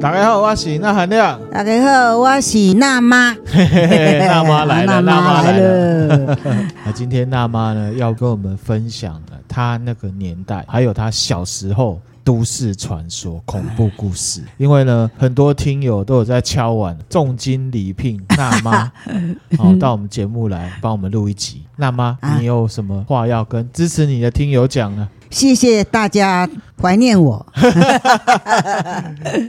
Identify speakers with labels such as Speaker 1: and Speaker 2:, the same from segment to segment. Speaker 1: 大家好，我是那含亮。
Speaker 2: 大家好，我是 娜妈，
Speaker 1: 嘿嘿嘿，娜妈来 了，娜妈来了。
Speaker 2: 了。
Speaker 1: 那今天娜妈呢，要跟我们分享了她那个年代，还有她小时候都市传说、恐怖故事。因为呢，很多听友都有在敲碗，重金礼聘娜 妈，好、到我们节目来帮我们录一集。娜妈，
Speaker 2: 啊
Speaker 1: 你有什么话要跟支持你的听友讲呢？
Speaker 2: 谢谢大家怀念我，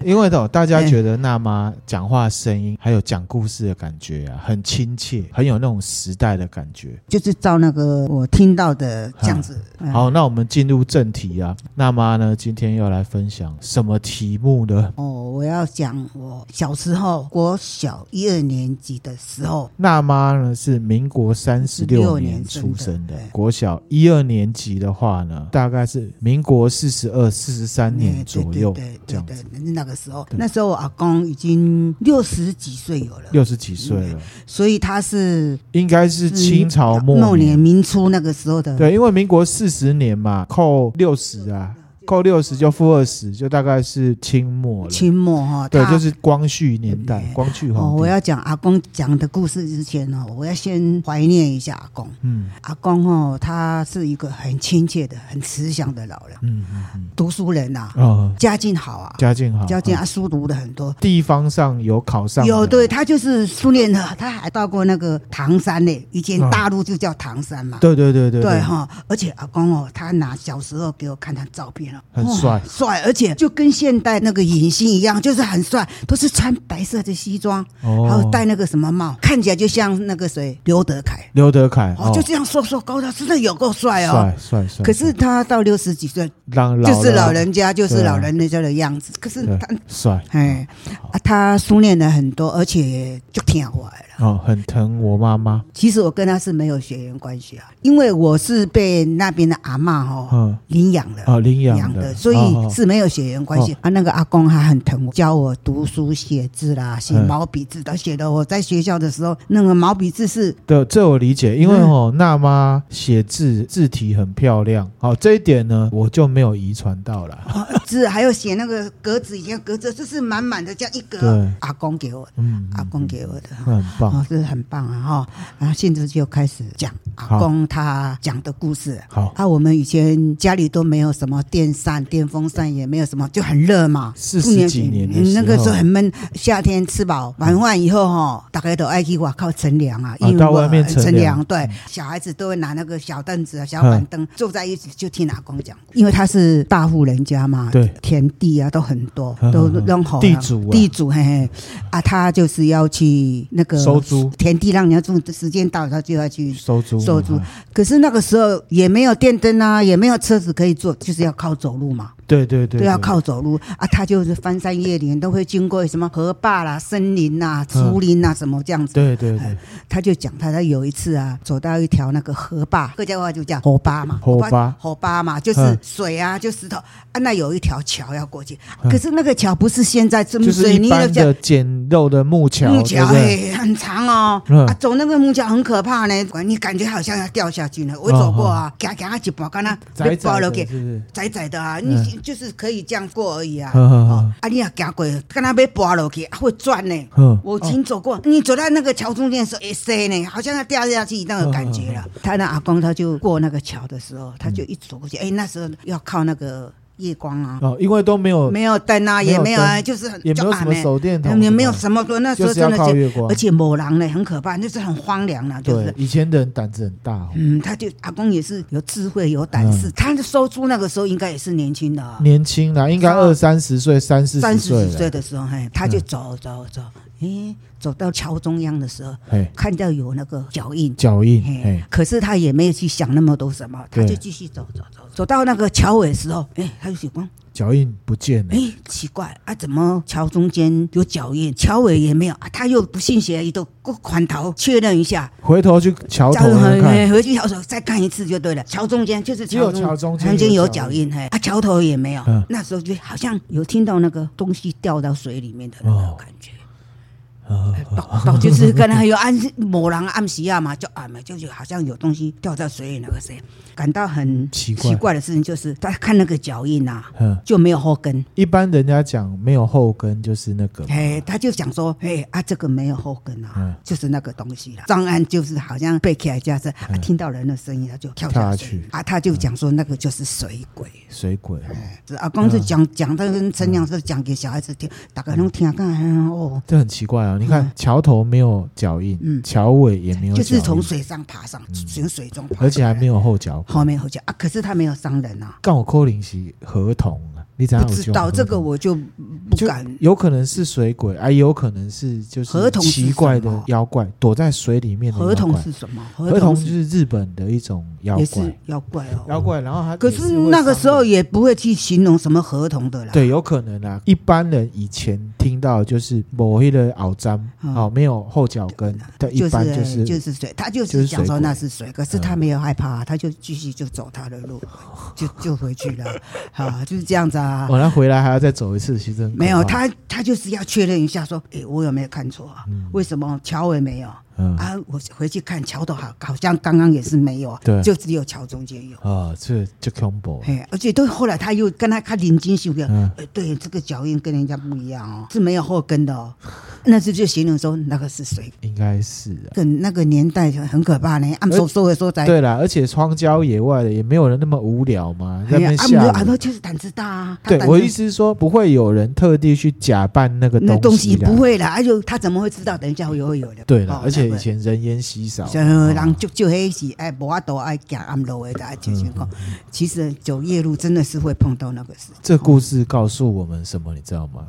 Speaker 1: 因为哦，大家觉得娜妈讲话声音还有讲故事的感觉啊，很亲切，很有那种时代的感觉。
Speaker 2: 就是照那个我听到的这样子。嗯，
Speaker 1: 好，那我们进入正题啊。那妈呢，今天要来分享什么题目呢？
Speaker 2: 哦，我要讲我小时候，国小一二年级的时候，
Speaker 1: 那妈呢是民国三十六年出生
Speaker 2: 36
Speaker 1: 的
Speaker 2: 年，
Speaker 1: 国小一二年级的话呢，大概是民国四十二、四十三年
Speaker 2: 嗯
Speaker 1: 左右
Speaker 2: 对对
Speaker 1: 这
Speaker 2: 对
Speaker 1: 样子
Speaker 2: 对，，对那个时候，
Speaker 1: 对
Speaker 2: 那时候我阿公已经六十几岁有了，
Speaker 1: 六十几岁了，
Speaker 2: 所以他是
Speaker 1: 应该是清朝末
Speaker 2: 嗯末年
Speaker 1: 年。
Speaker 2: 民初那个时候的，
Speaker 1: 对，因为民国四十年嘛，扣六十啊，扣六十就负二十，就大概是清末了。
Speaker 2: 清末哈，
Speaker 1: 对，
Speaker 2: 他
Speaker 1: 就是光绪年代，光绪
Speaker 2: 哦，
Speaker 1: 皇
Speaker 2: 我
Speaker 1: 帝。
Speaker 2: 要讲阿公讲的故事之前呢、哦，我要先怀念一下阿公。
Speaker 1: 嗯
Speaker 2: 阿公哦，他是一个很亲切的、很慈祥的老人，
Speaker 1: 嗯嗯嗯，
Speaker 2: 读书人呐、
Speaker 1: 哦，
Speaker 2: 家境好啊，
Speaker 1: 家境好，
Speaker 2: 家境
Speaker 1: 嗯
Speaker 2: 啊，书读的很多。
Speaker 1: 地方上有考上的
Speaker 2: 有对他就是苏联的，他还到过那个唐山呢，以前
Speaker 1: 嗯
Speaker 2: 大陆就叫唐山嘛。
Speaker 1: 对对对对
Speaker 2: 对哈、而且阿公哦，他拿小时候给我看他照片哦，
Speaker 1: 很
Speaker 2: 哇
Speaker 1: 帅
Speaker 2: 帅，而且就跟现代那个影星一样，就是很帅，都是穿白色的西装，
Speaker 1: 哦，
Speaker 2: 还有戴那个什么帽，看起来就像那个谁刘德凯
Speaker 1: 刘德凯
Speaker 2: 哦，就这样瘦瘦高高，真的有够帅哦。
Speaker 1: 帅帅帅，
Speaker 2: 可是他到六十几岁，
Speaker 1: 让
Speaker 2: 就是
Speaker 1: 老
Speaker 2: 老
Speaker 1: 了
Speaker 2: 人家，就是
Speaker 1: 对啊
Speaker 2: 老人家的样子。可是
Speaker 1: 对
Speaker 2: 他，
Speaker 1: 帅
Speaker 2: 哎，啊他书念了很多，而且就听话了。
Speaker 1: 哦，很疼我妈妈，
Speaker 2: 其实我跟他是没有血缘关系啊，因为我是被那边的阿嬷哦
Speaker 1: 嗯
Speaker 2: 领养的。
Speaker 1: 哦，领
Speaker 2: 养
Speaker 1: 养
Speaker 2: 的，所
Speaker 1: 哦哦
Speaker 2: 以是没有血缘关系、
Speaker 1: 哦
Speaker 2: 啊。那个阿公还很疼我，教我读书写字啦，写
Speaker 1: 嗯
Speaker 2: 毛笔字的，写的我在学校的时候，那个毛笔字是
Speaker 1: 对，这我理解，因为
Speaker 2: 嗯
Speaker 1: 哦，娜妈写字字体很漂亮，好这一点呢，我就没有遗传到了。
Speaker 2: 哦字，还有写那个格子，以前格子就是满满的这样一格
Speaker 1: 对。
Speaker 2: 阿公给我的，
Speaker 1: 嗯，
Speaker 2: 阿公给我的。
Speaker 1: 那很棒，
Speaker 2: 啊哦，这很棒啊！哈、然后现在就开始讲
Speaker 1: 好
Speaker 2: 阿公他讲的故事。
Speaker 1: 好，
Speaker 2: 啊，我们以前家里都没有什么电扇、电风扇，也没有什么，就很热嘛。
Speaker 1: 四
Speaker 2: 过
Speaker 1: 十几年的
Speaker 2: 嗯那个时
Speaker 1: 候
Speaker 2: 候很闷，夏天吃饱晚饭以后哈、大概都爱去外靠乘凉啊，
Speaker 1: 啊
Speaker 2: 因为
Speaker 1: 到
Speaker 2: 我
Speaker 1: 外面乘
Speaker 2: 乘
Speaker 1: 凉嗯
Speaker 2: 凉，对，小孩子都会拿那个小凳子啊、小板凳坐在一起，就听阿公讲，因为他是大户人家嘛，
Speaker 1: 对
Speaker 2: 田地啊都很多
Speaker 1: 嗯，
Speaker 2: 都
Speaker 1: 嗯嗯
Speaker 2: 弄好啊
Speaker 1: 地主啊
Speaker 2: 地主嘿嘿，啊，他就是要去那个
Speaker 1: 收租
Speaker 2: 田地，让人家住，时间到了他就要去
Speaker 1: 收租
Speaker 2: 嗯收租。可是那个时候也没有电灯啊，也没有车子可以坐，就是要靠走路嘛，
Speaker 1: 对对对，
Speaker 2: 都要靠走路啊。他就是翻山越岭，都会经过什么河坝啦、森林啦、
Speaker 1: 嗯
Speaker 2: 竹林啦、啊什么这样子。
Speaker 1: 对对对，
Speaker 2: 他就讲他他有一次啊，走到一条那个河坝，客家话就叫河坝嘛，
Speaker 1: 河坝
Speaker 2: 河坝嘛，就是
Speaker 1: 嗯
Speaker 2: 水啊，就石头啊。那有一条桥要过去，
Speaker 1: 嗯
Speaker 2: 可是那个桥不是现在这么
Speaker 1: 就是
Speaker 2: 水泥
Speaker 1: 一般
Speaker 2: 桥
Speaker 1: 的简陋的木桥，
Speaker 2: 木
Speaker 1: 对
Speaker 2: 桥
Speaker 1: 不对？
Speaker 2: 嘿，很长哦，
Speaker 1: 嗯
Speaker 2: 啊，走那个木桥很可怕呢，你感觉好像要掉下去呢。我走过啊，行行啊一半，刚刚
Speaker 1: 哦窄窄
Speaker 2: 落
Speaker 1: 的，
Speaker 2: 去
Speaker 1: 是，不是？
Speaker 2: 窄窄的啊，
Speaker 1: 嗯
Speaker 2: 你就是可以这样过而已啊。
Speaker 1: 嗯嗯嗯
Speaker 2: 哦啊，你也行过，刚刚被拔落去啊会转呢。
Speaker 1: 嗯，
Speaker 2: 哦我曾走过，你走在那个桥中间的时候，哎塞呢，好像要掉下去那个感
Speaker 1: 哦
Speaker 2: 觉了。他那阿公他就过那个桥的时候，他就一直走过去，哎，那时候要靠那个夜光啊，
Speaker 1: 嗯哦，因为都没有
Speaker 2: 没有灯啊，也
Speaker 1: 没
Speaker 2: 没
Speaker 1: 有
Speaker 2: 有啊，
Speaker 1: 灯
Speaker 2: 就是很
Speaker 1: 也没有
Speaker 2: 就
Speaker 1: 什
Speaker 2: 暗
Speaker 1: 么
Speaker 2: 呢嗯
Speaker 1: 手电筒，
Speaker 2: 也没有
Speaker 1: 对吧
Speaker 2: 什么多，那时
Speaker 1: 就
Speaker 2: 候
Speaker 1: 是要
Speaker 2: 真的
Speaker 1: 靠月光。
Speaker 2: 而且某狼呢很可怕，那是很荒凉了、就是
Speaker 1: 对。以前的人胆子很大哦，
Speaker 2: 嗯，他就阿公也是有智慧有胆识，他收租那个时候应该也是年轻的啊、
Speaker 1: 嗯年轻啦，应该
Speaker 2: 是啊
Speaker 1: 二三十岁、三四
Speaker 2: 三
Speaker 1: 十
Speaker 2: 十几岁
Speaker 1: 了。嗯
Speaker 2: 的时候，嘿，他就走走走，诶，走到桥中央的时候，
Speaker 1: 嘿，
Speaker 2: 看到有那个脚印，
Speaker 1: 脚印，
Speaker 2: 嘿
Speaker 1: 嘿，，
Speaker 2: 可是他也没有去想那么多什么，他
Speaker 1: 对
Speaker 2: 就继续走走走，走到那个桥尾的时候，诶，他就想光，
Speaker 1: 脚印不见了。
Speaker 2: 哎，奇怪啊，怎么桥中间有脚印，桥尾也没有啊？他又不信邪，一都过款头确认一下，
Speaker 1: 回头去桥头看
Speaker 2: 回
Speaker 1: 看，
Speaker 2: 回去桥头再看一次就对了。桥中间就是
Speaker 1: 只有
Speaker 2: 中
Speaker 1: 桥中间
Speaker 2: 中间
Speaker 1: 有
Speaker 2: 有
Speaker 1: 脚
Speaker 2: 脚印，嘿，啊，桥头也没有
Speaker 1: 嗯。
Speaker 2: 那时候就好像有听到那个东西掉到水里面的那
Speaker 1: 哦
Speaker 2: 种感觉，
Speaker 1: 哦
Speaker 2: 呃倒倒就是可能有暗示某人暗示啊嘛，就啊嘛，就是好像有东西掉在水里那个谁，感到很
Speaker 1: 奇怪
Speaker 2: 奇怪的事情就是他看那个脚印啊
Speaker 1: 嗯，
Speaker 2: 就没有后跟。
Speaker 1: 一般人家讲没有后跟就是那个嘛，
Speaker 2: 哎，他就讲说，哎啊，这个没有后跟啊，
Speaker 1: 嗯
Speaker 2: 就是那个东西啦。张安就是好像被起来架子，啊，听到人的声音，他就
Speaker 1: 嗯
Speaker 2: 跳
Speaker 1: 跳
Speaker 2: 下
Speaker 1: 下
Speaker 2: 去
Speaker 1: 去
Speaker 2: 啊，他就讲说那个就是水鬼。
Speaker 1: 水鬼。哦
Speaker 2: 是阿公
Speaker 1: 嗯
Speaker 2: 就讲讲的跟陈娘是讲给小孩子听，大家拢听看哦，
Speaker 1: 这很奇怪啊！你看桥头没有脚印，
Speaker 2: 嗯
Speaker 1: 桥尾也没有，嗯
Speaker 2: 就是从，水上爬上，从水中爬上来，
Speaker 1: 而且还没有后脚骨。
Speaker 2: 后面后脚啊，可是他没有伤人啊，
Speaker 1: 干我扣零是合同啊，你怎样
Speaker 2: 不
Speaker 1: 有
Speaker 2: 知
Speaker 1: 种
Speaker 2: 道
Speaker 1: 合
Speaker 2: 这个
Speaker 1: 同
Speaker 2: 我就不
Speaker 1: 就
Speaker 2: 敢。
Speaker 1: 有可能是水鬼，哎、有可能是就是
Speaker 2: 合同是
Speaker 1: 奇怪
Speaker 2: 什
Speaker 1: 的
Speaker 2: 么
Speaker 1: 妖怪，躲在水里面的妖怪。
Speaker 2: 合同是什么？
Speaker 1: 合同就是是日本的一种妖
Speaker 2: 也是
Speaker 1: 怪，
Speaker 2: 妖怪
Speaker 1: 妖
Speaker 2: 哦。
Speaker 1: 怪。然后他
Speaker 2: 可
Speaker 1: 也
Speaker 2: 是
Speaker 1: 会
Speaker 2: 那个
Speaker 1: 伤
Speaker 2: 时候
Speaker 1: 人
Speaker 2: 也不会去形容什么合同的啦。
Speaker 1: 对，有可能啊。一般人以前听到就是某一个袄章，
Speaker 2: 嗯
Speaker 1: 哦，没有后脚跟，但一
Speaker 2: 就是
Speaker 1: 般就是
Speaker 2: 就是水，他就
Speaker 1: 就是是
Speaker 2: 讲
Speaker 1: 水
Speaker 2: 说
Speaker 1: 鬼嗯
Speaker 2: 那是水，可是他没有害怕、啊他就继续就走他的路，就就回去了，啊，就是这样子啊。
Speaker 1: 哦，他回来还要再走一次，其实很可
Speaker 2: 没有
Speaker 1: 怕，
Speaker 2: 他他就是要确认一下，说，诶，我有没有看错啊？为什么桥尾没有？
Speaker 1: 嗯
Speaker 2: 啊，我回去看桥头好，好像刚刚也是没有啊，
Speaker 1: 对
Speaker 2: 就只有桥中间有。
Speaker 1: 啊，这就 combo
Speaker 2: 嘿，而且都后来他又跟他看林金修的，
Speaker 1: 嗯
Speaker 2: 诶对，这个脚印跟人家不一样哦，是没有后跟的哦。那是就形容说那个是水，
Speaker 1: 应该是啊。
Speaker 2: 跟那个年代很可怕呢。啊按说说回说在，
Speaker 1: 对啦，而且荒郊野外的也没有人那么无聊嘛，在那
Speaker 2: 哎呀
Speaker 1: 边，
Speaker 2: 阿姆
Speaker 1: 吓
Speaker 2: 阿
Speaker 1: 人。
Speaker 2: 诺就是胆子大啊。他
Speaker 1: 对
Speaker 2: 胆子
Speaker 1: 我意思是说，不会有人特地去假扮那个
Speaker 2: 那东西
Speaker 1: 啦
Speaker 2: 不。会啦，哎呦，他怎么会知道等一下会有有的？
Speaker 1: 对了
Speaker 2: 哦，
Speaker 1: 而且
Speaker 2: 那
Speaker 1: 以
Speaker 2: 个
Speaker 1: 前人烟稀少，
Speaker 2: 就
Speaker 1: 哦
Speaker 2: 人足少迄是哎，无法度爱行暗路的，大家就情
Speaker 1: 嗯
Speaker 2: 况。其实走夜路真的是会碰到那个事。
Speaker 1: 这故事告诉我们什么？你知道吗？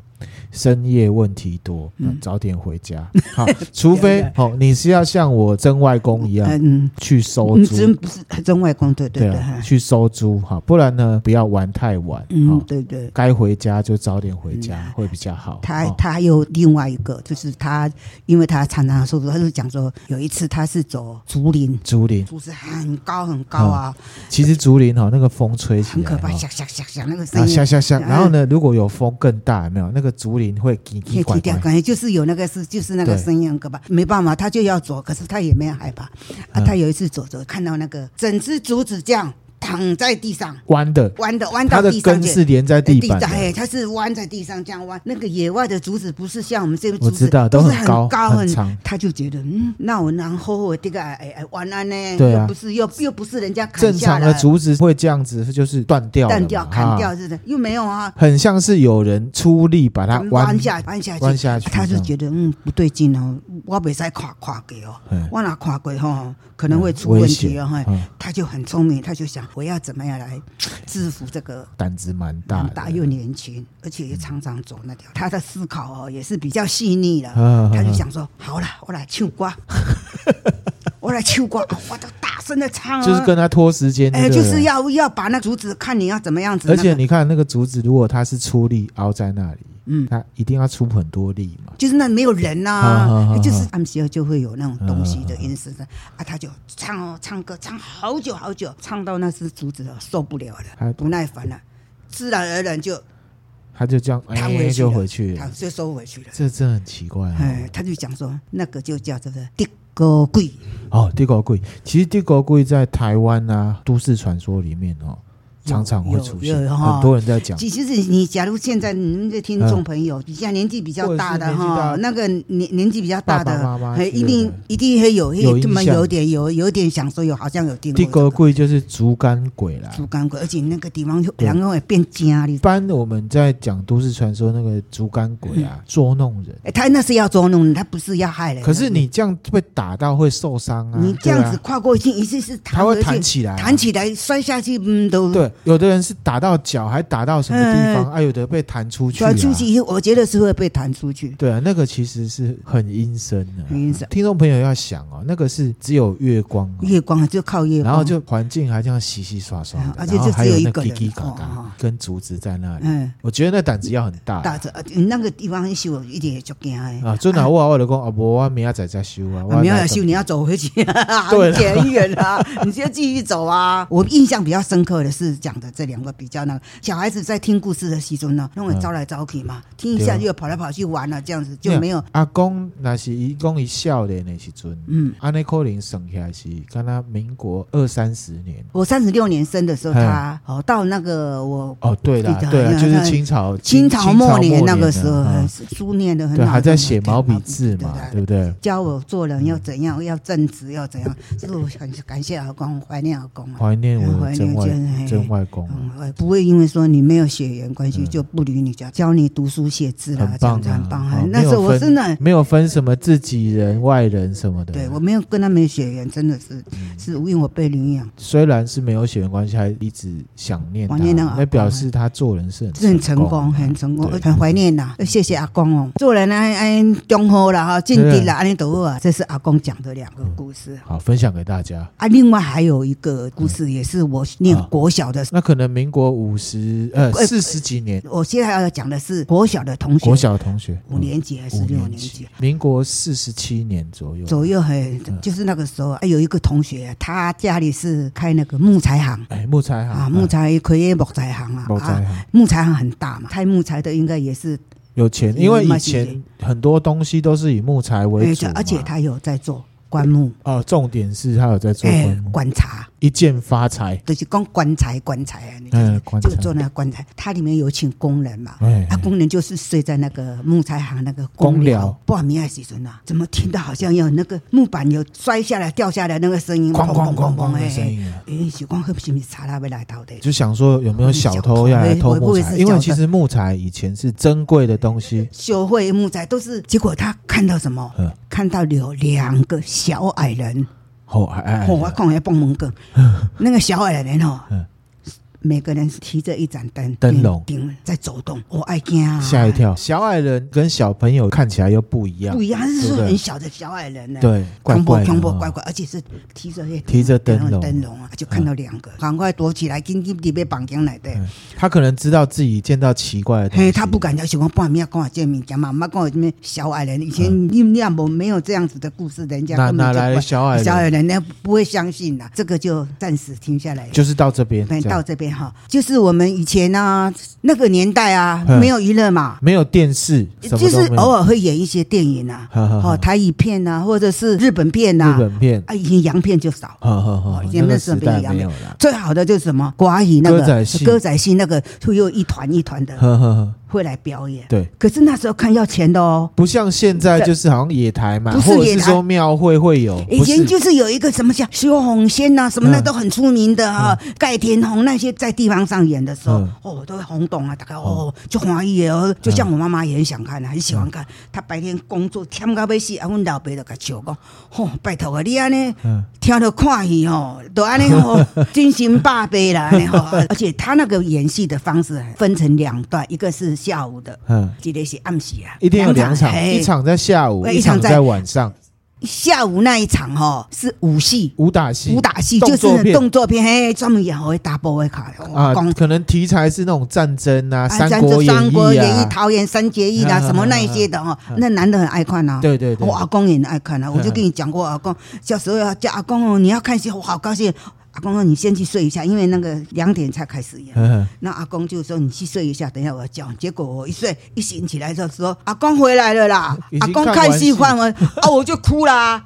Speaker 1: 深夜问题多，
Speaker 2: 嗯
Speaker 1: 那早点回家。 好，除非哦，你是要像我曾外公一样
Speaker 2: 嗯，
Speaker 1: 去收
Speaker 2: 嗯，
Speaker 1: 租
Speaker 2: 真，不是真外公，对对对，
Speaker 1: 啊，
Speaker 2: 哎
Speaker 1: 去收租哈，不然呢，不要玩太晚。
Speaker 2: 嗯
Speaker 1: 哦，
Speaker 2: 对嗯对。
Speaker 1: 该回家就早点回家，会比较好。
Speaker 2: 他
Speaker 1: 哦
Speaker 2: 他还有另外一个，就是他，因为他常常说，他就讲说，有一次他是走竹林，
Speaker 1: 竹林，
Speaker 2: 竹是很高很高啊，
Speaker 1: 其实竹林哈，那个风吹起
Speaker 2: 很
Speaker 1: 来
Speaker 2: 可怕，
Speaker 1: 哈
Speaker 2: 响响响响那个
Speaker 1: 哦啊，
Speaker 2: 声音
Speaker 1: 下，下下，然后呢，如果有风更大，有没有那个竹林会叽叽
Speaker 2: 铁
Speaker 1: 怪
Speaker 2: 铁掉，
Speaker 1: 怪，
Speaker 2: 感觉就是有那个是，就是那个
Speaker 1: 对
Speaker 2: 声音很可怕，没办法，他就要走，可是他也没有害怕。啊，
Speaker 1: 嗯
Speaker 2: 他有一次走走，看到那个整只竹子这样躺在地上，
Speaker 1: 弯的，
Speaker 2: 弯的弯
Speaker 1: 它
Speaker 2: 到
Speaker 1: 的
Speaker 2: 地上
Speaker 1: 根
Speaker 2: 去。
Speaker 1: 是连在
Speaker 2: 呃
Speaker 1: 地板的
Speaker 2: 上，哎，它是弯在地上这样弯。那个野外的竹子不是像我们这边
Speaker 1: 我
Speaker 2: 竹子
Speaker 1: 知道都
Speaker 2: 都是
Speaker 1: 很高
Speaker 2: 很高
Speaker 1: 很
Speaker 2: 很
Speaker 1: 长
Speaker 2: 他就觉得嗯，那我然后我这个哎哎弯安呢，
Speaker 1: 对啊
Speaker 2: 又不是又又不是人家砍
Speaker 1: 正
Speaker 2: 下
Speaker 1: 常
Speaker 2: 来
Speaker 1: 的竹子会这样子，就是断掉了嘛，
Speaker 2: 断掉砍掉
Speaker 1: 啊，
Speaker 2: 是的，又没有啊，
Speaker 1: 很像是有人出力把它弯
Speaker 2: 弯下弯下去，
Speaker 1: 弯下去
Speaker 2: 他
Speaker 1: 这
Speaker 2: 就
Speaker 1: 样
Speaker 2: 觉得嗯不对劲哦，我袂使跨跨过哦
Speaker 1: 嗯，
Speaker 2: 我若跨过吼，可能会出
Speaker 1: 嗯危
Speaker 2: 问题
Speaker 1: 险
Speaker 2: 哦。嘿
Speaker 1: 嗯
Speaker 2: 他就很聪明，他就想我要怎么样来制服这个。
Speaker 1: 胆子蛮大
Speaker 2: 很
Speaker 1: 的，
Speaker 2: 大又年轻，而且也常常走那条。他的思考哦也是比较细腻的
Speaker 1: 嗯，
Speaker 2: 他就想说：好了，我来唱 歌，我来唱歌，我都大声的唱啊！
Speaker 1: 嗯就是跟它拖时间，
Speaker 2: 哎，
Speaker 1: 对
Speaker 2: 就
Speaker 1: 了
Speaker 2: 是。要要把那竹子看你要怎么样子。
Speaker 1: 而且
Speaker 2: 那个
Speaker 1: 你看那个竹子，如果它是出力凹在那里，嗯，它一定要出很多力嘛。
Speaker 2: 就是那没有人呐、
Speaker 1: 好好好
Speaker 2: 哎
Speaker 1: 好
Speaker 2: 就是暗时候就会有那种东西的音色在啊，他就唱哦唱歌，唱好久好久，唱到那只竹子哦受不了
Speaker 1: 他
Speaker 2: 了，不耐烦了，自然而然就
Speaker 1: 它就这样，
Speaker 2: 弹
Speaker 1: 哎
Speaker 2: 回去
Speaker 1: 就
Speaker 2: 了，
Speaker 1: 回去
Speaker 2: 他
Speaker 1: 了。
Speaker 2: 就收回去了。
Speaker 1: 这真的很奇怪哦。
Speaker 2: 哎，他就讲说那个就叫做地沟贵，
Speaker 1: 哦，地沟龟，其实地沟龟在台湾啊都市传说里面哦，常常会出现
Speaker 2: 有，有哈
Speaker 1: 很多人在讲。
Speaker 2: 其实是你假如现在你们的听众朋友比较年纪比较大的
Speaker 1: 嗯或者是年纪大
Speaker 2: 哈，那个年年纪比较大
Speaker 1: 爸爸妈妈
Speaker 2: 的，
Speaker 1: 之类
Speaker 2: 哎
Speaker 1: 的
Speaker 2: 一定一定会有
Speaker 1: 有印
Speaker 2: 这么
Speaker 1: 象
Speaker 2: 有点有有点想说有好像有听过
Speaker 1: 地
Speaker 2: 这
Speaker 1: 沟
Speaker 2: 个。
Speaker 1: 龟就是竹竿鬼啦。
Speaker 2: 猪肝鬼，而且那个地方就
Speaker 1: 啊对
Speaker 2: 人后会变家
Speaker 1: 一
Speaker 2: 哩。
Speaker 1: 般我们在讲都市传说那个竹竿鬼
Speaker 2: 嗯
Speaker 1: 啊，捉弄人。
Speaker 2: 哎，他那是要捉弄人，他不是要害人。
Speaker 1: 可是你这样被打到会受伤啊，
Speaker 2: 你这样
Speaker 1: 对
Speaker 2: 子
Speaker 1: 啊，
Speaker 2: 跨过去，一次是
Speaker 1: 它
Speaker 2: 弹
Speaker 1: 会
Speaker 2: 回
Speaker 1: 弹
Speaker 2: 去，
Speaker 1: 起来啊、
Speaker 2: 弹起来摔下去，嗯，都
Speaker 1: 对，有的人是打到脚，还打到什么地方，
Speaker 2: 嗯
Speaker 1: 啊，有的被弹出去、啊，
Speaker 2: 传出去以后，我觉得是会被弹出去。
Speaker 1: 对啊，那个其实是很阴森的、
Speaker 2: 很阴森
Speaker 1: 听众朋友要想哦，那个是只有月光、哦，
Speaker 2: 月光啊就靠月光，
Speaker 1: 然后就环境还这样洗洗刷刷的
Speaker 2: 啊，而且
Speaker 1: 然后
Speaker 2: 就
Speaker 1: 还
Speaker 2: 只有
Speaker 1: 有
Speaker 2: 一
Speaker 1: 那
Speaker 2: 个
Speaker 1: 叽
Speaker 2: 人
Speaker 1: 叽嘎
Speaker 2: 哦
Speaker 1: 嘎
Speaker 2: 哦
Speaker 1: 跟竹子在那里，
Speaker 2: 嗯，
Speaker 1: 我觉得那胆子要很大。
Speaker 2: 打着那个地方修一点就惊哎。
Speaker 1: 啊，尊老我我就讲啊，无我明仔载再修啊，我
Speaker 2: 没有
Speaker 1: 来
Speaker 2: 修，你要走回去，
Speaker 1: 对
Speaker 2: 很
Speaker 1: 啦
Speaker 2: 啊远远啊，你就继续走啊。我印象比较深刻的是讲的这两个比较那个，小孩子在听故事的时候呢，因为招来招去嘛，听一下
Speaker 1: 对啊
Speaker 2: 又跑来跑去玩了，这样子就没有。
Speaker 1: 阿公那是伊讲伊少年的时阵，
Speaker 2: 嗯，
Speaker 1: 安尼可能算起来是，敢若民国二三十年。
Speaker 2: 我三十六年生的时候，
Speaker 1: 哎
Speaker 2: 他哦到那个我
Speaker 1: 哦，对啦
Speaker 2: 记，得
Speaker 1: 对啦，
Speaker 2: 那
Speaker 1: 就是清朝
Speaker 2: 清朝末年那个时候，
Speaker 1: 嗯
Speaker 2: 书念的很好，
Speaker 1: 对，还在写毛笔
Speaker 2: 对
Speaker 1: 字嘛，
Speaker 2: 对
Speaker 1: 对不嗯对？
Speaker 2: 教我做人要怎样，要正直，要怎样，这是我很感谢老公，怀念老公啊。
Speaker 1: 怀念我的真
Speaker 2: 怀念
Speaker 1: 外
Speaker 2: 真
Speaker 1: 真外公啊，
Speaker 2: 嗯，我也不会因为说你没有血缘关系就不理你家，教你读书写字啦
Speaker 1: 嗯很，
Speaker 2: 这
Speaker 1: 棒
Speaker 2: 样子
Speaker 1: 啊，
Speaker 2: 很棒
Speaker 1: 哦
Speaker 2: 啊。那
Speaker 1: 没有
Speaker 2: 时候我
Speaker 1: 分
Speaker 2: 真的
Speaker 1: 没有分什么自己人、外人什么的。
Speaker 2: 对我没有跟他们血缘，真的是
Speaker 1: 嗯
Speaker 2: 是因为我被领养，
Speaker 1: 虽然是没有血缘关系，还一直想念他，
Speaker 2: 怀念那个阿
Speaker 1: 那
Speaker 2: 公啊
Speaker 1: 表示他做人是
Speaker 2: 是
Speaker 1: 很
Speaker 2: 很成功，很成功，
Speaker 1: 对
Speaker 2: 很怀念呐。谢谢阿公哦，做人安安忠厚啦，哈，尽力啦，安尼都好啊。这是阿公讲的两个故事
Speaker 1: 好，分享给大家。
Speaker 2: 啊。另外还有一个故事，也是我念
Speaker 1: 啊
Speaker 2: 国小的时候。
Speaker 1: 那可能民国五十呃
Speaker 2: 哎
Speaker 1: 四十几年，
Speaker 2: 我现在要讲的是国小的同学，
Speaker 1: 国小同学
Speaker 2: 五年级还
Speaker 1: 嗯
Speaker 2: 是
Speaker 1: 五
Speaker 2: 六
Speaker 1: 年
Speaker 2: 年级，
Speaker 1: 民国四十七年左右
Speaker 2: 左。右很，就是那个时候，哎，有一个同学啊，他家里是开那个木材行
Speaker 1: 哎，木材行
Speaker 2: 啊，木材可以木材行啊，
Speaker 1: 木材
Speaker 2: 啊，
Speaker 1: 行
Speaker 2: 木材行很大嘛，开木材的应该也是，
Speaker 1: 有钱，
Speaker 2: 嗯
Speaker 1: 因为以
Speaker 2: 卖这些
Speaker 1: 前很多东西都是以木材为主
Speaker 2: 而且
Speaker 1: 嘛，
Speaker 2: 哎而且他有在做棺木，
Speaker 1: 哦，重点是他有在做
Speaker 2: 哎
Speaker 1: 棺，木，
Speaker 2: 观察。
Speaker 1: 一键发财，
Speaker 2: 就是讲棺材，棺材啊，你
Speaker 1: 哎，棺
Speaker 2: 就做
Speaker 1: 材，
Speaker 2: 那个棺材，它里面有请工人嘛，
Speaker 1: 哎
Speaker 2: 啊，，工人就是睡在那个木材行那个工
Speaker 1: 工
Speaker 2: 寮
Speaker 1: 寮，
Speaker 2: 不好明的时阵啊，怎么听到好像有那个木板有摔下来掉下来那个声音，
Speaker 1: 哐哐哐哐
Speaker 2: 哎
Speaker 1: 的声，音啊。
Speaker 2: 哎，是光是不是查他要来到的？
Speaker 1: 就想说有没有小偷要来偷木材，因为其实木材以前是珍贵的东西，
Speaker 2: 修会木材都是，结果他看到什么？
Speaker 1: 嗯
Speaker 2: 看到有两个小矮人，
Speaker 1: 好哎哎
Speaker 2: 哦，我看要蹦门个，那个小矮人哦
Speaker 1: 嗯，
Speaker 2: 每个人提着一盏灯，
Speaker 1: 灯笼
Speaker 2: 顶顶在走动，我爱惊啊，
Speaker 1: 吓一，跳。小矮人跟小朋友看起来又不一样
Speaker 2: 不，一样，他是
Speaker 1: 对不对
Speaker 2: 很小的小矮人呢，
Speaker 1: 对，怪
Speaker 2: 恐怖
Speaker 1: 怪的
Speaker 2: 恐怖怪
Speaker 1: 哦。
Speaker 2: 怪，而且是提着那个
Speaker 1: 提着灯笼
Speaker 2: 灯笼啊，就看到两个，赶快躲起来，紧紧地被绑进来的。
Speaker 1: 嗯他可能知道自己见到奇怪的东
Speaker 2: 嘿，
Speaker 1: 西，
Speaker 2: 他不敢要求我半夜跟我见面，讲妈妈跟我这边小矮人，以前你你我没有这样子的故事，人
Speaker 1: 嗯
Speaker 2: 家
Speaker 1: 哪
Speaker 2: 根本
Speaker 1: 哪
Speaker 2: 就
Speaker 1: 来
Speaker 2: 不
Speaker 1: 的小矮
Speaker 2: 小
Speaker 1: 人，
Speaker 2: 矮人，人家不会相信的，这个就暂时停下来。
Speaker 1: 就是到这边，
Speaker 2: 嗯
Speaker 1: 这
Speaker 2: 到
Speaker 1: 样
Speaker 2: 这边哈，就是我们以前啊，那个年代啊，
Speaker 1: 嗯
Speaker 2: 没有娱乐嘛，
Speaker 1: 没有电视，什
Speaker 2: 就
Speaker 1: 么
Speaker 2: 是
Speaker 1: 都没
Speaker 2: 偶
Speaker 1: 有。
Speaker 2: 尔会演一些电影啊，
Speaker 1: 呵呵呵
Speaker 2: 哦，台语片啊，或者是日本片
Speaker 1: 日
Speaker 2: 啊，
Speaker 1: 本片，
Speaker 2: 啊，以前洋片就少。
Speaker 1: 呵呵呵
Speaker 2: 以，前
Speaker 1: 那
Speaker 2: 那
Speaker 1: 个
Speaker 2: 时候
Speaker 1: 时
Speaker 2: 没有
Speaker 1: 代
Speaker 2: 洋
Speaker 1: 没
Speaker 2: 片
Speaker 1: 有了，
Speaker 2: 最好的就是什么寡语那个
Speaker 1: 歌仔戏
Speaker 2: 歌仔戏那个，就又一团一团的
Speaker 1: 呵呵呵，
Speaker 2: 会来表演。
Speaker 1: 对。
Speaker 2: 可是那时候看要钱的哦，
Speaker 1: 不像现在，
Speaker 2: 在
Speaker 1: 就是好像野台嘛，
Speaker 2: 不是
Speaker 1: 或者
Speaker 2: 野
Speaker 1: 是
Speaker 2: 台
Speaker 1: 说庙会会有，
Speaker 2: 以
Speaker 1: 不
Speaker 2: 前
Speaker 1: 是
Speaker 2: 就是有一个什么叫修红仙呐、什么那
Speaker 1: 嗯
Speaker 2: 都很出名的啊，盖天红那些在地方上演的时候
Speaker 1: 嗯，
Speaker 2: 哦，都会轰动啊，大概哦就欢喜的哦，就像我妈妈也很想看啊，很喜欢
Speaker 1: 嗯
Speaker 2: 看。她白天工作忝到要死，啊，阮老爸就甲笑讲，哦，拜托啊，你安尼
Speaker 1: 嗯
Speaker 2: 听到看戏哦，都安 尼哦，真心百倍啦，安尼哦。而且他那个演戏的方式分成两段，一个是下午的，
Speaker 1: 嗯，
Speaker 2: 一个是暗时啊，
Speaker 1: 一定有两场，
Speaker 2: 嘿
Speaker 1: 一场在下午，
Speaker 2: 哎
Speaker 1: 一
Speaker 2: 一场
Speaker 1: 场
Speaker 2: 在
Speaker 1: 在晚上，
Speaker 2: 下午那一场哦是武戏。
Speaker 1: 武打戏，
Speaker 2: 武打戏
Speaker 1: 动
Speaker 2: 就
Speaker 1: 作
Speaker 2: 是
Speaker 1: 片
Speaker 2: 动作片，嘿，专门演好大波的卡，哦
Speaker 1: 啊
Speaker 2: 讲，
Speaker 1: 可能题材是那种战争啊，
Speaker 2: 啊
Speaker 1: 三
Speaker 2: 咱
Speaker 1: 国
Speaker 2: 这
Speaker 1: 演
Speaker 2: 三国演义
Speaker 1: 义》、
Speaker 2: 《桃园三结义》啦，
Speaker 1: 啊
Speaker 2: 什么那一些的哦
Speaker 1: 啊，
Speaker 2: 那男的很爱看啊
Speaker 1: 啊，。对对对
Speaker 2: 我，阿公也很爱看啊，我就
Speaker 1: 嗯
Speaker 2: 跟你讲过，阿公小时候要叫阿公哦，你要看戏，我好高兴。阿公说你先去睡一下，因为那个两点才开始演。
Speaker 1: 嗯
Speaker 2: 那阿公就说你去睡一下，等一下我要叫你。结果我一睡一醒起来就说阿公回来了啦
Speaker 1: 已，经
Speaker 2: 阿公
Speaker 1: 看
Speaker 2: 看
Speaker 1: 完
Speaker 2: 戏
Speaker 1: 戏
Speaker 2: 看完啊我就哭啦。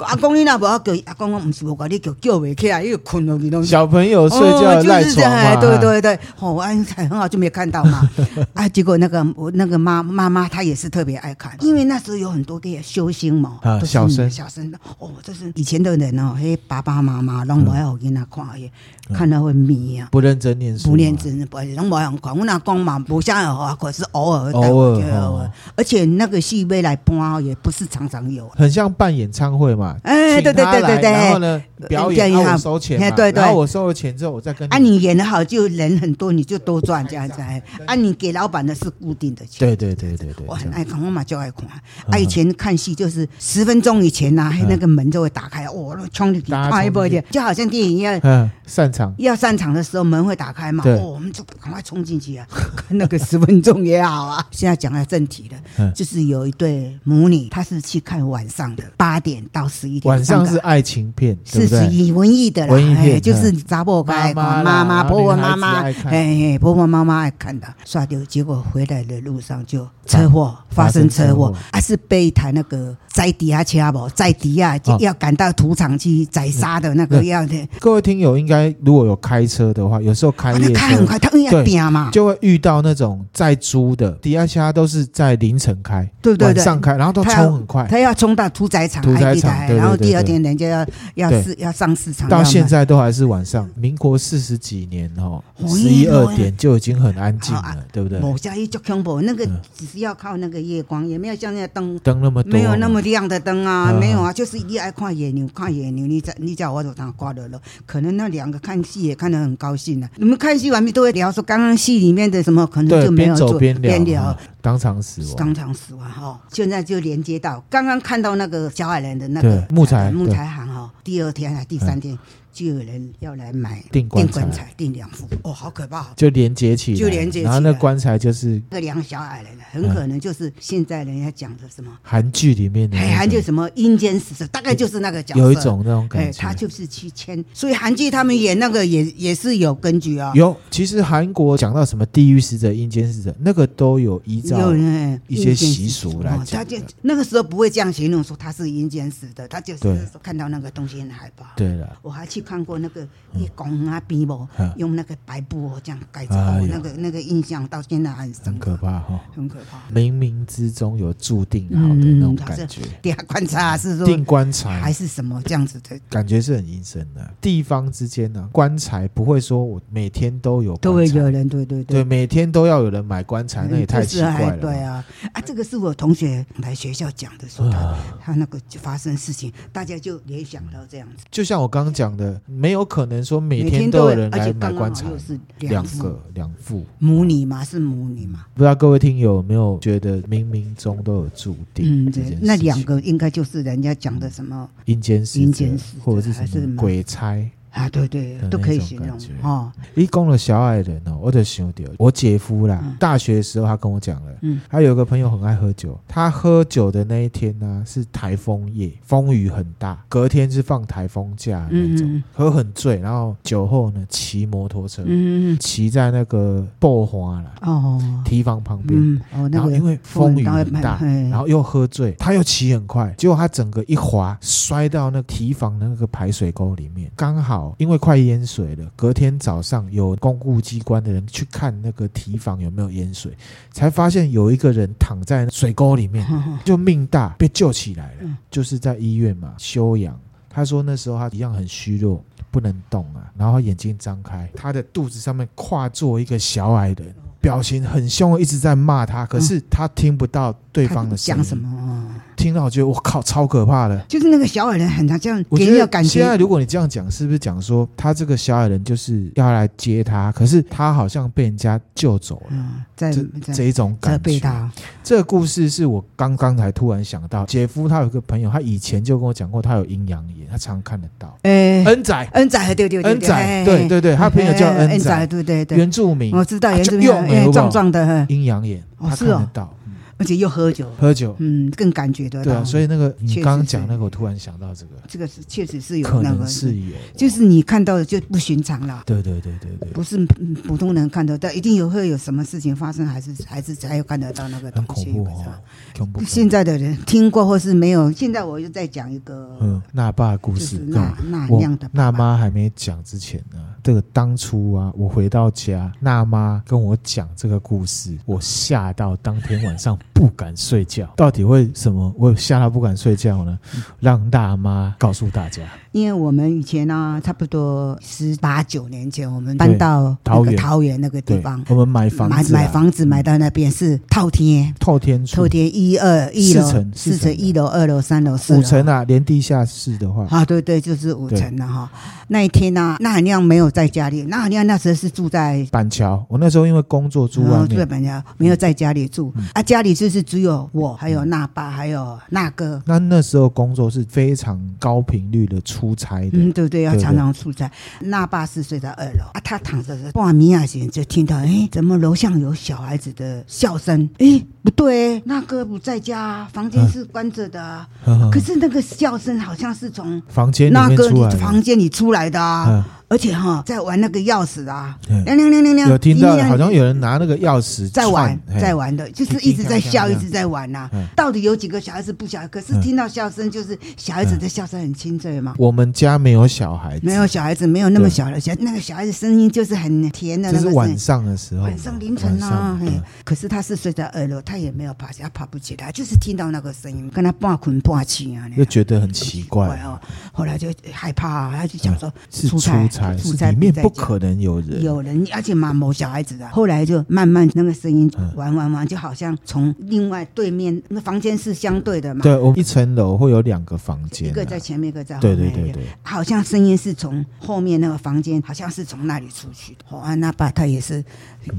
Speaker 2: 阿公你那不要叫，阿公我唔是无甲你叫叫袂起来，又困落去拢。
Speaker 1: 嗯小朋友睡觉
Speaker 2: 哦
Speaker 1: 赖
Speaker 2: 就是这
Speaker 1: 床
Speaker 2: 样哎
Speaker 1: 嘛，嗯
Speaker 2: 对对对，哦，我安很好就没看到嘛， 啊，结果那个我那个妈妈妈她也是特别爱看，因为那时候有很多个修星嘛，
Speaker 1: 嗯啊
Speaker 2: 都是
Speaker 1: 小
Speaker 2: 女
Speaker 1: 生
Speaker 2: 小生，哦，这是以前的人哦，嘿，爸爸妈妈拢无爱互囡仔看的，
Speaker 1: 嗯
Speaker 2: 看了会迷啊。
Speaker 1: 不认真念书，
Speaker 2: 不认，真，不认真，拢无人看。阮阿公嘛，无啥会好，啊可是偶尔会带
Speaker 1: 偶
Speaker 2: 我
Speaker 1: 尔
Speaker 2: 去偶尔
Speaker 1: 哦，
Speaker 2: 而且那个戏要来搬，也不是常常有。啊
Speaker 1: 很像办演唱会嘛，
Speaker 2: 哎，
Speaker 1: 请
Speaker 2: 对对
Speaker 1: 他
Speaker 2: 对对
Speaker 1: 来
Speaker 2: 对，
Speaker 1: 然后呢表演，
Speaker 2: 表演
Speaker 1: 然后
Speaker 2: 啊
Speaker 1: 我收钱嘛，
Speaker 2: 哎对对
Speaker 1: 然后我收了钱之后，我再跟
Speaker 2: 啊，，你演得好就人很多，你就多赚这样子。哎啊，你给老板的是固定的钱。
Speaker 1: 对对对对对，嗯
Speaker 2: 我
Speaker 1: 这
Speaker 2: 很
Speaker 1: 样
Speaker 2: 爱看，我嘛就爱看。啊，以前看戏就是十分钟以前呐、啊，那个门就会打开，哦，那冲进去
Speaker 1: 嗯大家
Speaker 2: 看一波
Speaker 1: 冲进
Speaker 2: 的，就好像电影一样。
Speaker 1: 嗯，擅长
Speaker 2: 要散场的时候门会打开嘛，
Speaker 1: 对
Speaker 2: 哦，我们就赶快冲进去啊， 看那个十分钟 也好啊。现在讲到正题了，
Speaker 1: 嗯
Speaker 2: 就是有一对母女，她是去看晚上的八八点到十一点，嗯
Speaker 1: 晚上是爱情片，对
Speaker 2: 是
Speaker 1: 不对？
Speaker 2: 以文艺的啦，
Speaker 1: 文艺片
Speaker 2: 哎就是
Speaker 1: 嗯
Speaker 2: 杂报该
Speaker 1: 妈妈啦
Speaker 2: 看妈妈、
Speaker 1: 然后
Speaker 2: 婆婆
Speaker 1: 女孩
Speaker 2: 妈
Speaker 1: 子
Speaker 2: 妈，
Speaker 1: 爱
Speaker 2: 哎
Speaker 1: 看
Speaker 2: 哎，婆婆妈妈爱看的，刷掉，结果回来的路上就车祸，发生车
Speaker 1: 哦发生
Speaker 2: 祸
Speaker 1: 车祸，
Speaker 2: 啊，是被一台那个载底下车不，载底下
Speaker 1: 哦
Speaker 2: 要赶到土场去宰杀的那个
Speaker 1: 嗯
Speaker 2: 要的，
Speaker 1: 各位听友应该如果有开车的话，有时候开
Speaker 2: 啊
Speaker 1: 夜
Speaker 2: 那开很
Speaker 1: 车
Speaker 2: 快，他因为要
Speaker 1: 对
Speaker 2: 拼嘛，
Speaker 1: 就会遇到那种在租的，底下其他都是在凌晨开，
Speaker 2: 对对
Speaker 1: 晚
Speaker 2: 对。
Speaker 1: 上开，然后都
Speaker 2: 他要
Speaker 1: 冲很快，
Speaker 2: 他要冲到屠宰场，
Speaker 1: 哎屠宰场
Speaker 2: 哎
Speaker 1: 对对
Speaker 2: 然后
Speaker 1: 对
Speaker 2: 第二
Speaker 1: 对
Speaker 2: 天人家要要
Speaker 1: 对
Speaker 2: 市要上市场，
Speaker 1: 到
Speaker 2: 要买
Speaker 1: 现在都还是晚上。民国四十几年哦，
Speaker 2: 哦
Speaker 1: 十一
Speaker 2: 因为
Speaker 1: 二点就已经很安静
Speaker 2: 好
Speaker 1: 了
Speaker 2: 啊，
Speaker 1: 对不对？
Speaker 2: 某家一就恐怖，那个
Speaker 1: 嗯啊
Speaker 2: 只是要靠那个夜光，也没有像那个灯，
Speaker 1: 灯那么多，
Speaker 2: 没有那么亮的灯啊，
Speaker 1: 嗯
Speaker 2: 没有啊，就是一爱看野牛，看野牛，你在你在我手上挂的了。可能那两个看戏也看得很高兴啊。你们看戏完毕都会聊说刚刚戏里面的什么，可能
Speaker 1: 对
Speaker 2: 就，没
Speaker 1: 边
Speaker 2: 有
Speaker 1: 走
Speaker 2: 做
Speaker 1: 边聊，嗯当场死亡。
Speaker 2: 当场死亡哈、哦，现在就连接到刚刚看到那个小矮人的那
Speaker 1: 对
Speaker 2: 个
Speaker 1: 木材
Speaker 2: 木
Speaker 1: 对哎
Speaker 2: 材行哈、哦，第二天还第三天、就有人要来买
Speaker 1: 订棺材
Speaker 2: 棺材订两副，哦，好可怕、哦！
Speaker 1: 就连接起来，
Speaker 2: 就连接起来
Speaker 1: 然后那棺材就是
Speaker 2: 这两个小矮人很可能就是现在人家讲的什么
Speaker 1: 韩剧里面的那种，
Speaker 2: 海涵就什么阴间死神，大概就是那个角色。
Speaker 1: 哎有一种那种感
Speaker 2: 哎，
Speaker 1: 觉。
Speaker 2: 他就是去签，所以韩剧他们演那个也也是有根据啊。
Speaker 1: 有，其实韩国讲到什么地狱使者、阴间使者，那个都有依照
Speaker 2: 有哎人
Speaker 1: 一些习俗来
Speaker 2: 哦，他
Speaker 1: 讲的
Speaker 2: 就那个时候不会这样形容说他是阴间死的，他就是
Speaker 1: 对
Speaker 2: 说看到那个东西很害怕。
Speaker 1: 对了，
Speaker 2: 我还去看过那个一公啊比某
Speaker 1: 嗯
Speaker 2: 用那个白布哦这样盖着，
Speaker 1: 哎
Speaker 2: 哦
Speaker 1: 呦
Speaker 2: 那个那个印象到现在还很深
Speaker 1: 很可
Speaker 2: 刻，
Speaker 1: 怕哈、
Speaker 2: 很可怕。
Speaker 1: 冥冥之中有注定好
Speaker 2: 嗯
Speaker 1: 的那种感觉。
Speaker 2: 底下观察是说
Speaker 1: 定啊棺
Speaker 2: 还
Speaker 1: 材
Speaker 2: 是什么这样子的，
Speaker 1: 感觉是很阴森的，地方之间呢、棺材不会说我每天都有
Speaker 2: 都会
Speaker 1: 棺材
Speaker 2: 有人对对
Speaker 1: 对，每天都要有人买棺材，那也太
Speaker 2: 嗯
Speaker 1: 奇
Speaker 2: 就是还
Speaker 1: 怪了。
Speaker 2: 对啊，啊，这个是我同学来学校讲的，说他、
Speaker 1: 啊
Speaker 2: 他那个就发生事情，大家就联想到这样子。
Speaker 1: 就像我刚刚讲的，没有可能说每
Speaker 2: 每
Speaker 1: 天有
Speaker 2: 都
Speaker 1: 人
Speaker 2: 而
Speaker 1: 来
Speaker 2: 且
Speaker 1: 买
Speaker 2: 刚
Speaker 1: 棺
Speaker 2: 刚
Speaker 1: 材
Speaker 2: 好，又是
Speaker 1: 两
Speaker 2: 副
Speaker 1: 个两副。
Speaker 2: 母女嘛，是母女嘛。
Speaker 1: 不知道各位听友有没有觉得冥冥中都有注定
Speaker 2: 嗯，
Speaker 1: 这件事，
Speaker 2: 对
Speaker 1: 情？
Speaker 2: 那两个应该就是人家讲的什么
Speaker 1: 阴间使
Speaker 2: 阴
Speaker 1: 者
Speaker 2: 间使，者
Speaker 1: 或者是
Speaker 2: 还是
Speaker 1: 什
Speaker 2: 什
Speaker 1: 么
Speaker 2: 么
Speaker 1: 鬼差，
Speaker 2: 啊？对对
Speaker 1: 的，那
Speaker 2: 都可以
Speaker 1: 种
Speaker 2: 形容
Speaker 1: 感觉
Speaker 2: 哦。
Speaker 1: 一讲了小矮人哦，我就想到我姐夫啦，大学的时候他跟我讲了，
Speaker 2: 嗯
Speaker 1: 他有个朋友很爱喝酒，他喝酒的那一天呢、是台风夜，风雨很大，隔天是放台风假的那种，
Speaker 2: 嗯嗯嗯
Speaker 1: 喝很醉，然后酒后呢骑摩托车，
Speaker 2: 嗯，
Speaker 1: 骑在那个爆花啦
Speaker 2: 哦，
Speaker 1: 堤防旁边。
Speaker 2: 嗯，哦，
Speaker 1: 然
Speaker 2: 那
Speaker 1: 后
Speaker 2: 个
Speaker 1: 因为风雨
Speaker 2: 然后
Speaker 1: 很大，
Speaker 2: 哎
Speaker 1: 然后又喝醉，嗯他又骑很快，结果他整个一滑，摔到那堤防的那个排水沟里面。刚好因为快淹水了，隔天早上有公务机关的人去看那个堤防有没有淹水，才发现有一个人躺在水沟里 面，就命大，被救起来了
Speaker 2: 嗯，
Speaker 1: 就是在医院嘛休养。他说那时候他一样很虚弱，不能动啊，然后眼睛张开，他的肚子上面跨坐一个小矮人，表情很凶，一直在骂他，可
Speaker 2: 嗯
Speaker 1: 是他听不到对方的声音
Speaker 2: 讲什么，哦
Speaker 1: 听到我觉得我靠，超可怕的。
Speaker 2: 就是那个小矮人很常这样
Speaker 1: 我
Speaker 2: 给人
Speaker 1: 觉
Speaker 2: 家
Speaker 1: 得
Speaker 2: 感
Speaker 1: 现在
Speaker 2: 觉，
Speaker 1: 如果你这样讲，是不是讲说他这个小矮人就是要来接他，可是他好像被人家救走了，
Speaker 2: 嗯，在
Speaker 1: 这这
Speaker 2: 在
Speaker 1: 一种
Speaker 2: 责
Speaker 1: 感
Speaker 2: 备
Speaker 1: 觉。
Speaker 2: 他，
Speaker 1: 这个故事是我刚刚才突然想到，姐夫他有一个朋友，他以前就跟我讲过，他有阴阳眼，他常看得到。
Speaker 2: 哎，
Speaker 1: 恩仔，
Speaker 2: 恩仔，对对对，
Speaker 1: 恩仔，
Speaker 2: 哎
Speaker 1: 对对对，他朋友叫
Speaker 2: 哎
Speaker 1: 恩
Speaker 2: 仔，
Speaker 1: 仔，
Speaker 2: 对对对，
Speaker 1: 原住民，
Speaker 2: 我知道
Speaker 1: 啊
Speaker 2: 原
Speaker 1: 就
Speaker 2: 住民
Speaker 1: 用了
Speaker 2: 哎
Speaker 1: 有没有
Speaker 2: 壮壮的，哎
Speaker 1: 阴阳眼，
Speaker 2: 哦
Speaker 1: 他
Speaker 2: 是
Speaker 1: 看
Speaker 2: 哦
Speaker 1: 得到，嗯
Speaker 2: 而且又喝酒，
Speaker 1: 喝酒，
Speaker 2: 嗯，更感觉得
Speaker 1: 对
Speaker 2: 到。
Speaker 1: 啊，所以那个你
Speaker 2: 确实
Speaker 1: 刚刚
Speaker 2: 是
Speaker 1: 讲那个，我突然想到这个，
Speaker 2: 这个是确实是有
Speaker 1: 可
Speaker 2: 那个嗯
Speaker 1: 能，是有，
Speaker 2: 就是你看到的就不寻常了。
Speaker 1: 对对对对对，
Speaker 2: 不是嗯普通人看得到，一定有会有什么事情发生，还是还是才有看得到那个
Speaker 1: 很
Speaker 2: 东
Speaker 1: 恐
Speaker 2: 西。
Speaker 1: 怖
Speaker 2: 是
Speaker 1: 哦
Speaker 2: 吧，
Speaker 1: 恐怖。
Speaker 2: 现在的人听过或是没有，现在我又在讲一个，
Speaker 1: 嗯，那爸的故
Speaker 2: 就
Speaker 1: 事
Speaker 2: 是，那
Speaker 1: 嗯
Speaker 2: 那
Speaker 1: 我
Speaker 2: 样的
Speaker 1: 那
Speaker 2: 爸爸
Speaker 1: 妈还没讲之前呢，这个当初啊，我回到家，那妈跟我讲这个故事，我吓到当天晚上不敢睡 觉。到底为什么我吓到不敢睡觉呢？让大妈告诉大家，
Speaker 2: 因为我们以前呢、差不多十八九年前，我们搬到那
Speaker 1: 桃
Speaker 2: 个
Speaker 1: 园
Speaker 2: 桃园那个地
Speaker 1: 对
Speaker 2: 方，，
Speaker 1: 我们买房
Speaker 2: 买
Speaker 1: 子啊，
Speaker 2: 买房子买到那边是套天，
Speaker 1: 透天处
Speaker 2: 透天一二一楼
Speaker 1: 四层
Speaker 2: 四
Speaker 1: 四层
Speaker 2: 层一楼二楼三楼四楼
Speaker 1: 啊五层啊，连地下室的话，
Speaker 2: 啊，对对，就是五层了哈。那一天呢、那很亮没有在家里。那你看那时候是住在
Speaker 1: 板桥，我那时候因为工作住外
Speaker 2: 嗯住
Speaker 1: 面，
Speaker 2: 在
Speaker 1: 嗯
Speaker 2: 本家，没有在家里住、啊。家里就是只有我，还有那爸，还有那哥。
Speaker 1: 那那时候工作是非常高频率的出差的，
Speaker 2: 嗯，对对，要
Speaker 1: 对对
Speaker 2: 常常出差。那爸是睡在二楼啊，他躺着的半米啊，前就听到，哎，怎么楼下有小孩子的笑声？哎，不对，那哥不在家、啊，房间是关着的、啊。可是那个笑声好像是从
Speaker 1: 嗯房间里
Speaker 2: 那
Speaker 1: 面
Speaker 2: 哥
Speaker 1: 出来
Speaker 2: 你
Speaker 1: 的，
Speaker 2: 房间里出来的啊，
Speaker 1: 嗯
Speaker 2: 而且哈，在玩那个钥匙的啊，
Speaker 1: 嗯
Speaker 2: 亮亮亮亮亮，
Speaker 1: 有听到
Speaker 2: 叮叮
Speaker 1: 好像有人拿那个钥匙
Speaker 2: 在玩，
Speaker 1: 串嘿
Speaker 2: 在玩的，就是一直在笑，
Speaker 1: 叮叮当当
Speaker 2: 一直在玩呐、
Speaker 1: 嗯
Speaker 2: 到底有几个小孩子不小？可是
Speaker 1: 嗯
Speaker 2: 听到笑声，就是小孩子的笑声很清脆嘛。
Speaker 1: 我们家没有小孩子，
Speaker 2: 没有小孩子，没有那么
Speaker 1: 对
Speaker 2: 小的小，那个小孩子声音就是很甜的
Speaker 1: 这
Speaker 2: 那
Speaker 1: 是
Speaker 2: 个声
Speaker 1: 晚
Speaker 2: 音。
Speaker 1: 上的时候，
Speaker 2: 晚上凌晨啊，
Speaker 1: 晚
Speaker 2: 嘿
Speaker 1: 上，嗯
Speaker 2: 可是他是睡在二楼，他也没有爬起来，他爬不起来，就是听到那个声音，跟他半困半醒啊。
Speaker 1: 又觉得很奇怪，嗯
Speaker 2: 哦，后来就害怕、啊，他就想说
Speaker 1: 是
Speaker 2: 出
Speaker 1: 出
Speaker 2: 差
Speaker 1: 差，
Speaker 2: 出
Speaker 1: 是
Speaker 2: 差
Speaker 1: 里面
Speaker 2: 在
Speaker 1: 不
Speaker 2: 家
Speaker 1: 可能有人，
Speaker 2: 有人，而且蛮某小孩子的。后来就慢慢那个声音
Speaker 1: 嗯
Speaker 2: 玩玩玩，就好像从另外对面那房间是相对的嘛，
Speaker 1: 对我们一层楼会有两个房间
Speaker 2: 一
Speaker 1: 啊，
Speaker 2: 个在前面，一个在后
Speaker 1: 对
Speaker 2: 面。
Speaker 1: 对对对，
Speaker 2: 好像声音是从后面那个房间，好像是从那里出去的。哦，安娜爸他也是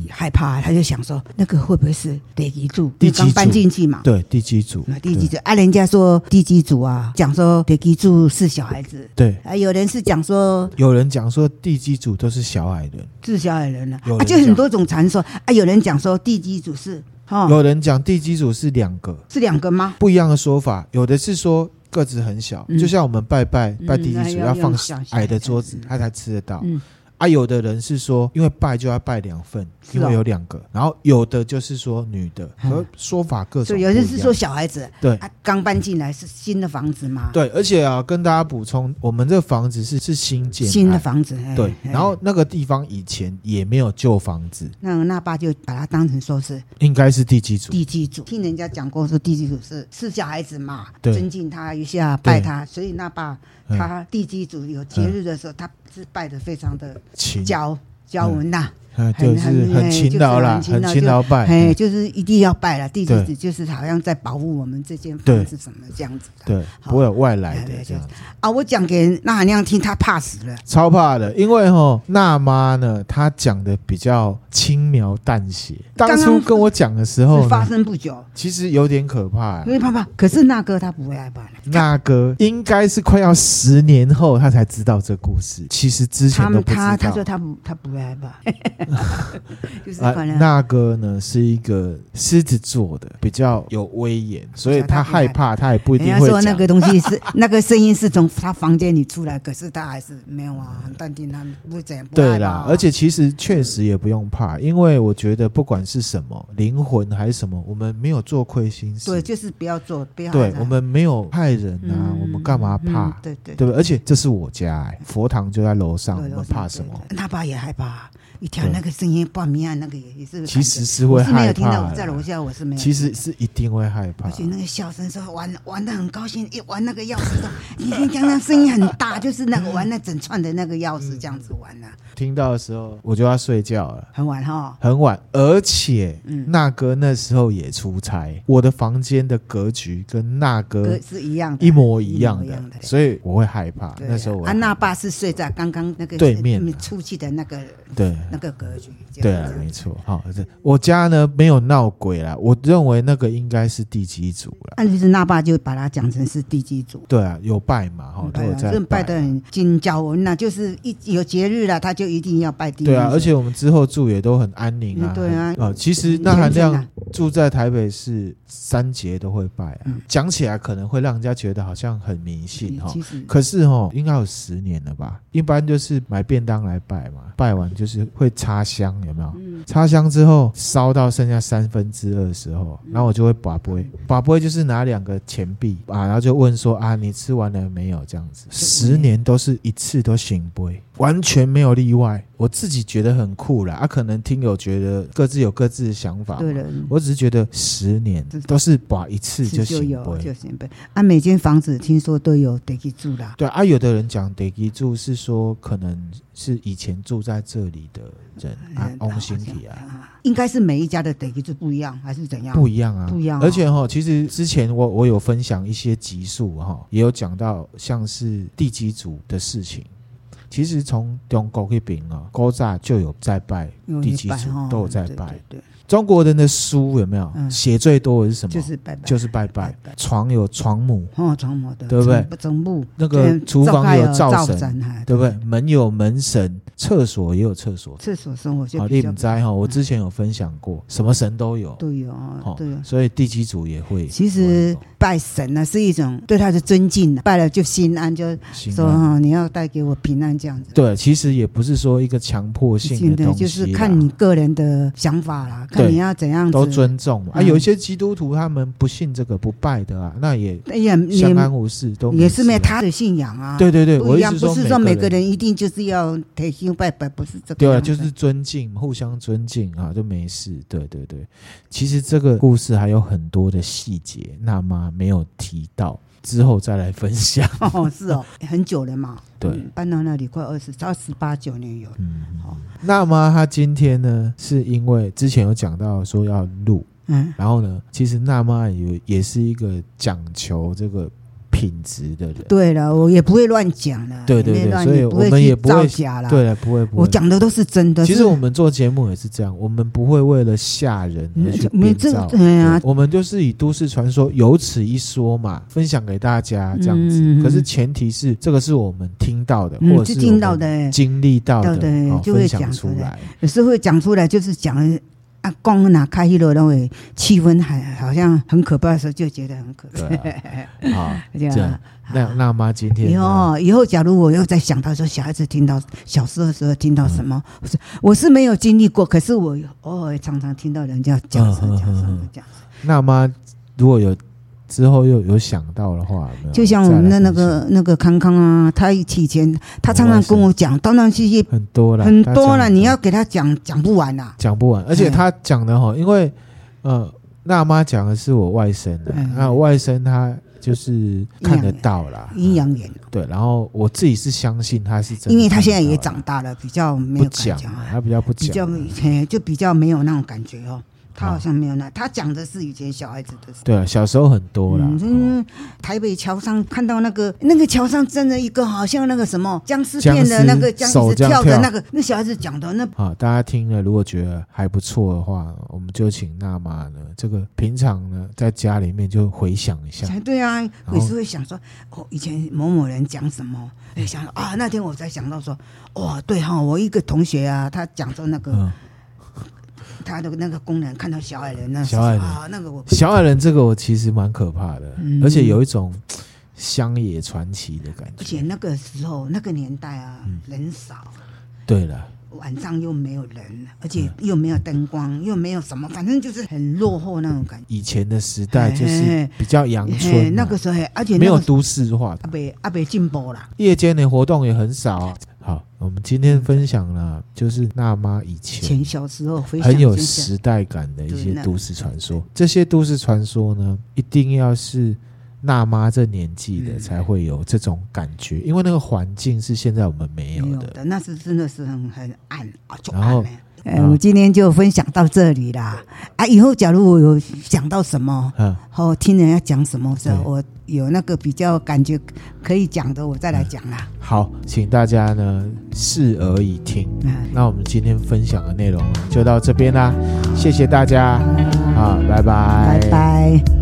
Speaker 2: 害怕，他就想说那个会不会是第几组？
Speaker 1: 第
Speaker 2: 你
Speaker 1: 几组
Speaker 2: 刚搬进去嘛。
Speaker 1: 对第几组
Speaker 2: 那，第几组？啊，人家说第几组啊？讲说第几组是小孩子，
Speaker 1: 对？对，
Speaker 2: 啊，有人是讲说
Speaker 1: 有人讲说第几组都是小矮人，
Speaker 2: 治小矮人了、
Speaker 1: 有
Speaker 2: 啊，
Speaker 1: 人
Speaker 2: 就很多种传说啊。有人讲说地基组是哦，
Speaker 1: 有人讲第几组是两个，
Speaker 2: 是两个吗？
Speaker 1: 不一样的说法，有的是说个子很小，
Speaker 2: 嗯
Speaker 1: 就像我们拜拜
Speaker 2: 嗯
Speaker 1: 拜第一
Speaker 2: 那
Speaker 1: 组
Speaker 2: 要
Speaker 1: 要放
Speaker 2: 用小小
Speaker 1: 矮的
Speaker 2: 的
Speaker 1: 桌子，他才吃得到。
Speaker 2: 嗯
Speaker 1: 啊，有的人是说，因为拜就要拜两份，
Speaker 2: 是
Speaker 1: 因
Speaker 2: 哦
Speaker 1: 为有两个。然后有的就是说女的，
Speaker 2: 嗯
Speaker 1: 和说法各
Speaker 2: 所
Speaker 1: 种。
Speaker 2: 以有人是说，小孩子
Speaker 1: 对
Speaker 2: 啊，刚搬进来是新的房子嘛，
Speaker 1: 对，而且啊，跟大家补充，我们这个房子是是新建案
Speaker 2: 新的房子，哎
Speaker 1: 对，
Speaker 2: 哎
Speaker 1: 然后那个地方以前也没有旧房子，
Speaker 2: 那那爸就把他当成说是
Speaker 1: 应该是第几组？
Speaker 2: 地基组，听人家讲过说地基组是是小孩子嘛，
Speaker 1: 对
Speaker 2: 尊敬他一下
Speaker 1: 对
Speaker 2: 拜他，所以那爸
Speaker 1: 嗯
Speaker 2: 他地基组有节日的时候，他是拜的非常的
Speaker 1: 勤，
Speaker 2: 教教文呐，
Speaker 1: 哎对，
Speaker 2: 很
Speaker 1: 是
Speaker 2: 很
Speaker 1: 很
Speaker 2: 哎
Speaker 1: 勤
Speaker 2: 就是
Speaker 1: 劳啦，
Speaker 2: 很勤劳
Speaker 1: 勤劳拜。
Speaker 2: 哎，
Speaker 1: 嗯
Speaker 2: 就是一定要拜了，地基
Speaker 1: 对
Speaker 2: 组就是好像在保护我们这间
Speaker 1: 对
Speaker 2: 房子什么这样子的。
Speaker 1: 对，
Speaker 2: 好
Speaker 1: 不会有外来
Speaker 2: 哎
Speaker 1: 的
Speaker 2: 对
Speaker 1: 这样子。
Speaker 2: 啊，我讲给那含亮听，他怕死了。
Speaker 1: 超怕的，因为哈娜妈呢，她讲的比较轻描淡写。当
Speaker 2: 刚
Speaker 1: 初
Speaker 2: 刚
Speaker 1: 跟我讲的时候
Speaker 2: 是发
Speaker 1: 呢，
Speaker 2: 生不嗯久，
Speaker 1: 其实有点可怕、啊
Speaker 2: 因为怕怕。可是那哥他不会害怕的，
Speaker 1: 那哥应该是快要十年后，他才知道这故事。其实之前
Speaker 2: 他
Speaker 1: 都
Speaker 2: 们
Speaker 1: 不知道。
Speaker 2: 他他说他不他不会害怕， 就是
Speaker 1: 啊
Speaker 2: 可，能、
Speaker 1: 那哥呢是一个狮子座的，比较有威严，所以他害怕，他也不一
Speaker 2: 人
Speaker 1: 定
Speaker 2: 家
Speaker 1: 会
Speaker 2: 说那
Speaker 1: 讲。
Speaker 2: 个东西是 那个声音是从他房间里出来，可是他还是没有啊，很淡定，他不会怎样，不会
Speaker 1: 对
Speaker 2: 害怕
Speaker 1: 啦
Speaker 2: 啊，
Speaker 1: 而且其实确实也不用怕，因为我觉得不管是什么灵魂还是什么，我们没有做亏心
Speaker 2: 对，
Speaker 1: 事，
Speaker 2: 就是不要做，不要
Speaker 1: 对
Speaker 2: 害怕
Speaker 1: 我们没有害人啊，
Speaker 2: 啊嗯
Speaker 1: 我们干嘛怕
Speaker 2: 嗯？对对
Speaker 1: 对不对？而且这是我家，哎佛堂就在楼上，
Speaker 2: 对
Speaker 1: 我们怕什？么
Speaker 2: 对？对他爸也害怕，一条
Speaker 1: 对
Speaker 2: 那个声音报明案那个也也是感觉，
Speaker 1: 其实是
Speaker 2: 我
Speaker 1: 会
Speaker 2: 是没
Speaker 1: 害
Speaker 2: 有听到，
Speaker 1: 怕
Speaker 2: 我在楼
Speaker 1: 的，
Speaker 2: 下我是没有听
Speaker 1: 其
Speaker 2: 到，
Speaker 1: 实是一定会害怕
Speaker 2: 而。且那个笑声说玩玩的很高兴，一玩那个钥匙都，你听 刚刚声音很大，就是那个玩那整串的那个钥匙这样子玩啊，
Speaker 1: 听到的时候我就要睡觉了。
Speaker 2: 很晚哈。
Speaker 1: 很晚，而且
Speaker 2: 嗯
Speaker 1: 那哥那时候也出差，我的房间的格局跟那哥
Speaker 2: 歌是一样的，
Speaker 1: 一模一样
Speaker 2: 一模一样
Speaker 1: 的
Speaker 2: 的，
Speaker 1: 所以我会害怕。
Speaker 2: 对啊
Speaker 1: 那时候我会
Speaker 2: 安娜爸是睡在刚刚那个
Speaker 1: 对面
Speaker 2: 嗯出去的那个
Speaker 1: 对
Speaker 2: 那个格局，这
Speaker 1: 对
Speaker 2: 样
Speaker 1: 啊
Speaker 2: 子，
Speaker 1: 没错。好，这我家呢没有闹鬼啦，我认为那个应该是第几组了。
Speaker 2: 那就是那爸就把它讲成是地基组。
Speaker 1: 对啊，有拜嘛，
Speaker 2: 嗯
Speaker 1: 哈，都有在
Speaker 2: 这拜
Speaker 1: 拜啊
Speaker 2: 啊的
Speaker 1: 嘛。
Speaker 2: 很紧脚文呐，就是一有节日了，他就一定要拜地基组。
Speaker 1: 对啊，而且我们之后住也都很安宁啊。
Speaker 2: 嗯对啊
Speaker 1: 很哦，其实那含量住在台北市三节都会拜啊。
Speaker 2: 嗯
Speaker 1: 讲起来可能会让人家觉得好像很迷信哈，
Speaker 2: 其实
Speaker 1: 可是哦，应该有十年了吧？一般就是买便当来拜嘛，拜完就是会插香，有没有？插香之后烧到剩下三分之二的时候，然后我就会把杯，把杯就是拿两个钱币啊，然后就问说啊，你吃完了没有？这样子，十年都是一次都醒杯，完全没有例外。我自己觉得很酷啦，啊，可能听友觉得各自有各自的想法。
Speaker 2: 对了，
Speaker 1: 我只是觉得十年都是把一次就
Speaker 2: 就
Speaker 1: 醒
Speaker 2: 有
Speaker 1: 杯，
Speaker 2: 就行呗。啊，每间房子听说都有地基组啦。
Speaker 1: 对啊，有的人讲得基住是说，可能是以前住在这里的人啊
Speaker 2: 嗯，
Speaker 1: 翁心体啊，
Speaker 2: 应该是每一家的等级就不一样，还是怎样？
Speaker 1: 不一样啊，
Speaker 2: 不一样啊
Speaker 1: 而且哈，其实之前我我有分享一些集数哈，也有讲到像是地基组的事情。其实从中国那边啊，古早就有在拜
Speaker 2: 有
Speaker 1: 第
Speaker 2: 一
Speaker 1: 几
Speaker 2: 拜
Speaker 1: 祖
Speaker 2: 哦，
Speaker 1: 都有在
Speaker 2: 对
Speaker 1: 拜
Speaker 2: 对。对，
Speaker 1: 中国人的书有没有
Speaker 2: 嗯
Speaker 1: 写最多的是什么？
Speaker 2: 就是拜拜，
Speaker 1: 就是拜拜
Speaker 2: 拜拜。
Speaker 1: 床有床母，
Speaker 2: 哦，床母的，
Speaker 1: 对不对
Speaker 2: 整？整部
Speaker 1: 那个
Speaker 2: 对
Speaker 1: 厨房
Speaker 2: 灶
Speaker 1: 有
Speaker 2: 盖
Speaker 1: 灶
Speaker 2: 灶
Speaker 1: 神
Speaker 2: 神哎哈，
Speaker 1: 对不对？门有门神，厕所也有厕所。
Speaker 2: 厕所生活就
Speaker 1: 好，
Speaker 2: 比
Speaker 1: 你
Speaker 2: 较嗯
Speaker 1: 们斋哈，我之前有分享过，什么神都有。
Speaker 2: 对
Speaker 1: 好
Speaker 2: 哦，对哦。
Speaker 1: 所以第七组也会。
Speaker 2: 其实拜神呢是一种对他的尊敬啊，拜了就心安，就
Speaker 1: 行
Speaker 2: 说
Speaker 1: 啊，
Speaker 2: 哦你要带给我平安这样子。
Speaker 1: 对，其实也不是说一个强迫性的
Speaker 2: 对
Speaker 1: 东西
Speaker 2: 就
Speaker 1: 啦，
Speaker 2: 是看你个人的想法啦，
Speaker 1: 对
Speaker 2: 看你要怎样子。
Speaker 1: 都尊重嘛。啊，
Speaker 2: 嗯
Speaker 1: 有一些基督徒他们不信这个不拜的啊，那也
Speaker 2: 哎呀，你
Speaker 1: 相安无事，都
Speaker 2: 也是没
Speaker 1: 事啊。
Speaker 2: 他的信仰啊。
Speaker 1: 对对对，
Speaker 2: 不
Speaker 1: 我
Speaker 2: 一
Speaker 1: 意
Speaker 2: 样，
Speaker 1: 思
Speaker 2: 不是说每
Speaker 1: 每
Speaker 2: 个。人一定就是要抬心拜拜，不是这个。
Speaker 1: 对啊，就是。尊敬，互相尊敬啊，就没事。对对对，其实这个故事还有很多的细节，那妈没有提到，之后再来分 享。
Speaker 2: 哦，是哦，很久了嘛。
Speaker 1: 对
Speaker 2: 嗯搬到那里快二十，到十八九年有。
Speaker 1: 嗯
Speaker 2: 好，
Speaker 1: 那妈她今天呢，是因为之前有讲到说要录，
Speaker 2: 嗯，
Speaker 1: 然后呢，其实那妈有也是一个讲求这个品质的人，
Speaker 2: 对了，我也不会乱讲了，
Speaker 1: 对对
Speaker 2: 也
Speaker 1: 对
Speaker 2: 没乱
Speaker 1: 所以
Speaker 2: 也
Speaker 1: 我们
Speaker 2: 去
Speaker 1: 也不会
Speaker 2: 造假了。
Speaker 1: 对，了，不会不
Speaker 2: 我
Speaker 1: 会。
Speaker 2: 讲的都是真的。
Speaker 1: 其
Speaker 2: 是
Speaker 1: 实我们做节目也是这样，我们不会为了吓人而去
Speaker 2: 嗯我们
Speaker 1: 编
Speaker 2: 这
Speaker 1: 造。
Speaker 2: 对啊，
Speaker 1: 我们就是以都市传说有此一说嘛，分享给大家啊这样子。
Speaker 2: 嗯
Speaker 1: 可是前提是这个是我们听到的，
Speaker 2: 嗯
Speaker 1: 或者
Speaker 2: 是
Speaker 1: 是
Speaker 2: 听到的
Speaker 1: 我们经历到的，
Speaker 2: 到的
Speaker 1: 哦、
Speaker 2: 就会
Speaker 1: 分
Speaker 2: 讲
Speaker 1: 享出来。
Speaker 2: 有时候讲出来就是讲啊，光哪开一楼那会气氛还好像很可怕的时候，就觉得很可怕。
Speaker 1: 对啊，好，
Speaker 2: 这
Speaker 1: 这样
Speaker 2: 样，
Speaker 1: 那那妈今天
Speaker 2: 以
Speaker 1: 呢
Speaker 2: 后以后，假如我又在想到说小孩子听到小时候的时候听到什么，
Speaker 1: 嗯
Speaker 2: 我是我是没有经历过，可是我偶尔常常听到人家讲
Speaker 1: 嗯
Speaker 2: 什么讲什么讲什么，
Speaker 1: 那妈如果有之后又有想到的话，有没有
Speaker 2: 就像我们的那
Speaker 1: 再来分
Speaker 2: 个那个康康啊，他以前他常常跟我讲，断断续续
Speaker 1: 享很多了，
Speaker 2: 很
Speaker 1: 大家
Speaker 2: 多了，
Speaker 1: 很
Speaker 2: 你要给他讲讲不完啦。
Speaker 1: 讲不完，而且
Speaker 2: 嗯
Speaker 1: 他讲的哈，因为呃，那妈讲的是我外甥的，
Speaker 2: 嗯
Speaker 1: 那我外甥他就是看得到啦，
Speaker 2: 阴阳眼，
Speaker 1: 对，然后我自己是相信他是真的，
Speaker 2: 因为他现在也长，大了，比较没
Speaker 1: 不
Speaker 2: 有感
Speaker 1: 讲
Speaker 2: 觉
Speaker 1: 啊
Speaker 2: 啊，，
Speaker 1: 他比较不
Speaker 2: 比较
Speaker 1: 讲啊，
Speaker 2: 嘿就比较没有那种感觉哦。他
Speaker 1: 好
Speaker 2: 好像没有那，他讲的是以前小孩子的事。
Speaker 1: 对啊，小时候很多啦，哦
Speaker 2: 嗯，台北桥上看到那个那个桥上站着一个好像那个什么僵尸
Speaker 1: 僵
Speaker 2: 片的
Speaker 1: 尸
Speaker 2: 那个僵
Speaker 1: 手
Speaker 2: 尸
Speaker 1: 这样
Speaker 2: 跳的
Speaker 1: 跳
Speaker 2: 那个，那小孩子讲的那
Speaker 1: 好，大家听了如果觉得还不错的话，我们就请娜妈呢，这个平常呢在家里面就回想一下，
Speaker 2: 才对啊，
Speaker 1: 后
Speaker 2: 我也是会想说，哦，以前某某人讲什么，会想到啊，那天我才想到说，哇，对哈、我一个同学啊，他讲说那个、
Speaker 1: 嗯，
Speaker 2: 他的那个工人看到小矮人那
Speaker 1: 小矮人
Speaker 2: 啊，那个我
Speaker 1: 小矮人这个我其实蛮可怕的，
Speaker 2: 嗯
Speaker 1: 而且有一种嘖乡野传奇的感
Speaker 2: 而
Speaker 1: 觉
Speaker 2: 且。那个时候那个年代啊，
Speaker 1: 嗯
Speaker 2: 人少，
Speaker 1: 对了，
Speaker 2: 晚上又没有人，而且
Speaker 1: 嗯
Speaker 2: 又没有灯光，又没有什么，反正就是很落后那种感觉。
Speaker 1: 以前的时代就是
Speaker 2: 嘿
Speaker 1: 比较阳春
Speaker 2: 嘿
Speaker 1: 啊，
Speaker 2: 那个时候，而且
Speaker 1: 没
Speaker 2: 那
Speaker 1: 有
Speaker 2: 个时候
Speaker 1: 都市化，
Speaker 2: 阿北阿北进步啦，
Speaker 1: 夜间的活动也很少啊、好，我们今天分享了就是娜妈以前
Speaker 2: 前小时候回想
Speaker 1: 很有
Speaker 2: 真是
Speaker 1: 时代感的一
Speaker 2: 对
Speaker 1: 些
Speaker 2: 那
Speaker 1: 都市传说。这些都市传说呢，一定要是娜妈这年纪的
Speaker 2: 嗯
Speaker 1: 才会有这种感觉，因为那个环境是现在我们没有
Speaker 2: 没有
Speaker 1: 的。
Speaker 2: 的，那是真的是很很暗啊，就
Speaker 1: 然后
Speaker 2: 暗了。哎、
Speaker 1: 啊
Speaker 2: 我今天就分享到这里啦。啊，以后假如我有讲到什么，
Speaker 1: 嗯，
Speaker 2: 哦，听人家讲什么时
Speaker 1: 对
Speaker 2: 候，我有那个比较感觉可以讲的，我再来讲啦。
Speaker 1: 好，请大家呢视而以听。
Speaker 2: 嗯，
Speaker 1: 那我们今天分享的内容就到这边啦，谢谢大家，啊，拜拜，
Speaker 2: 拜拜。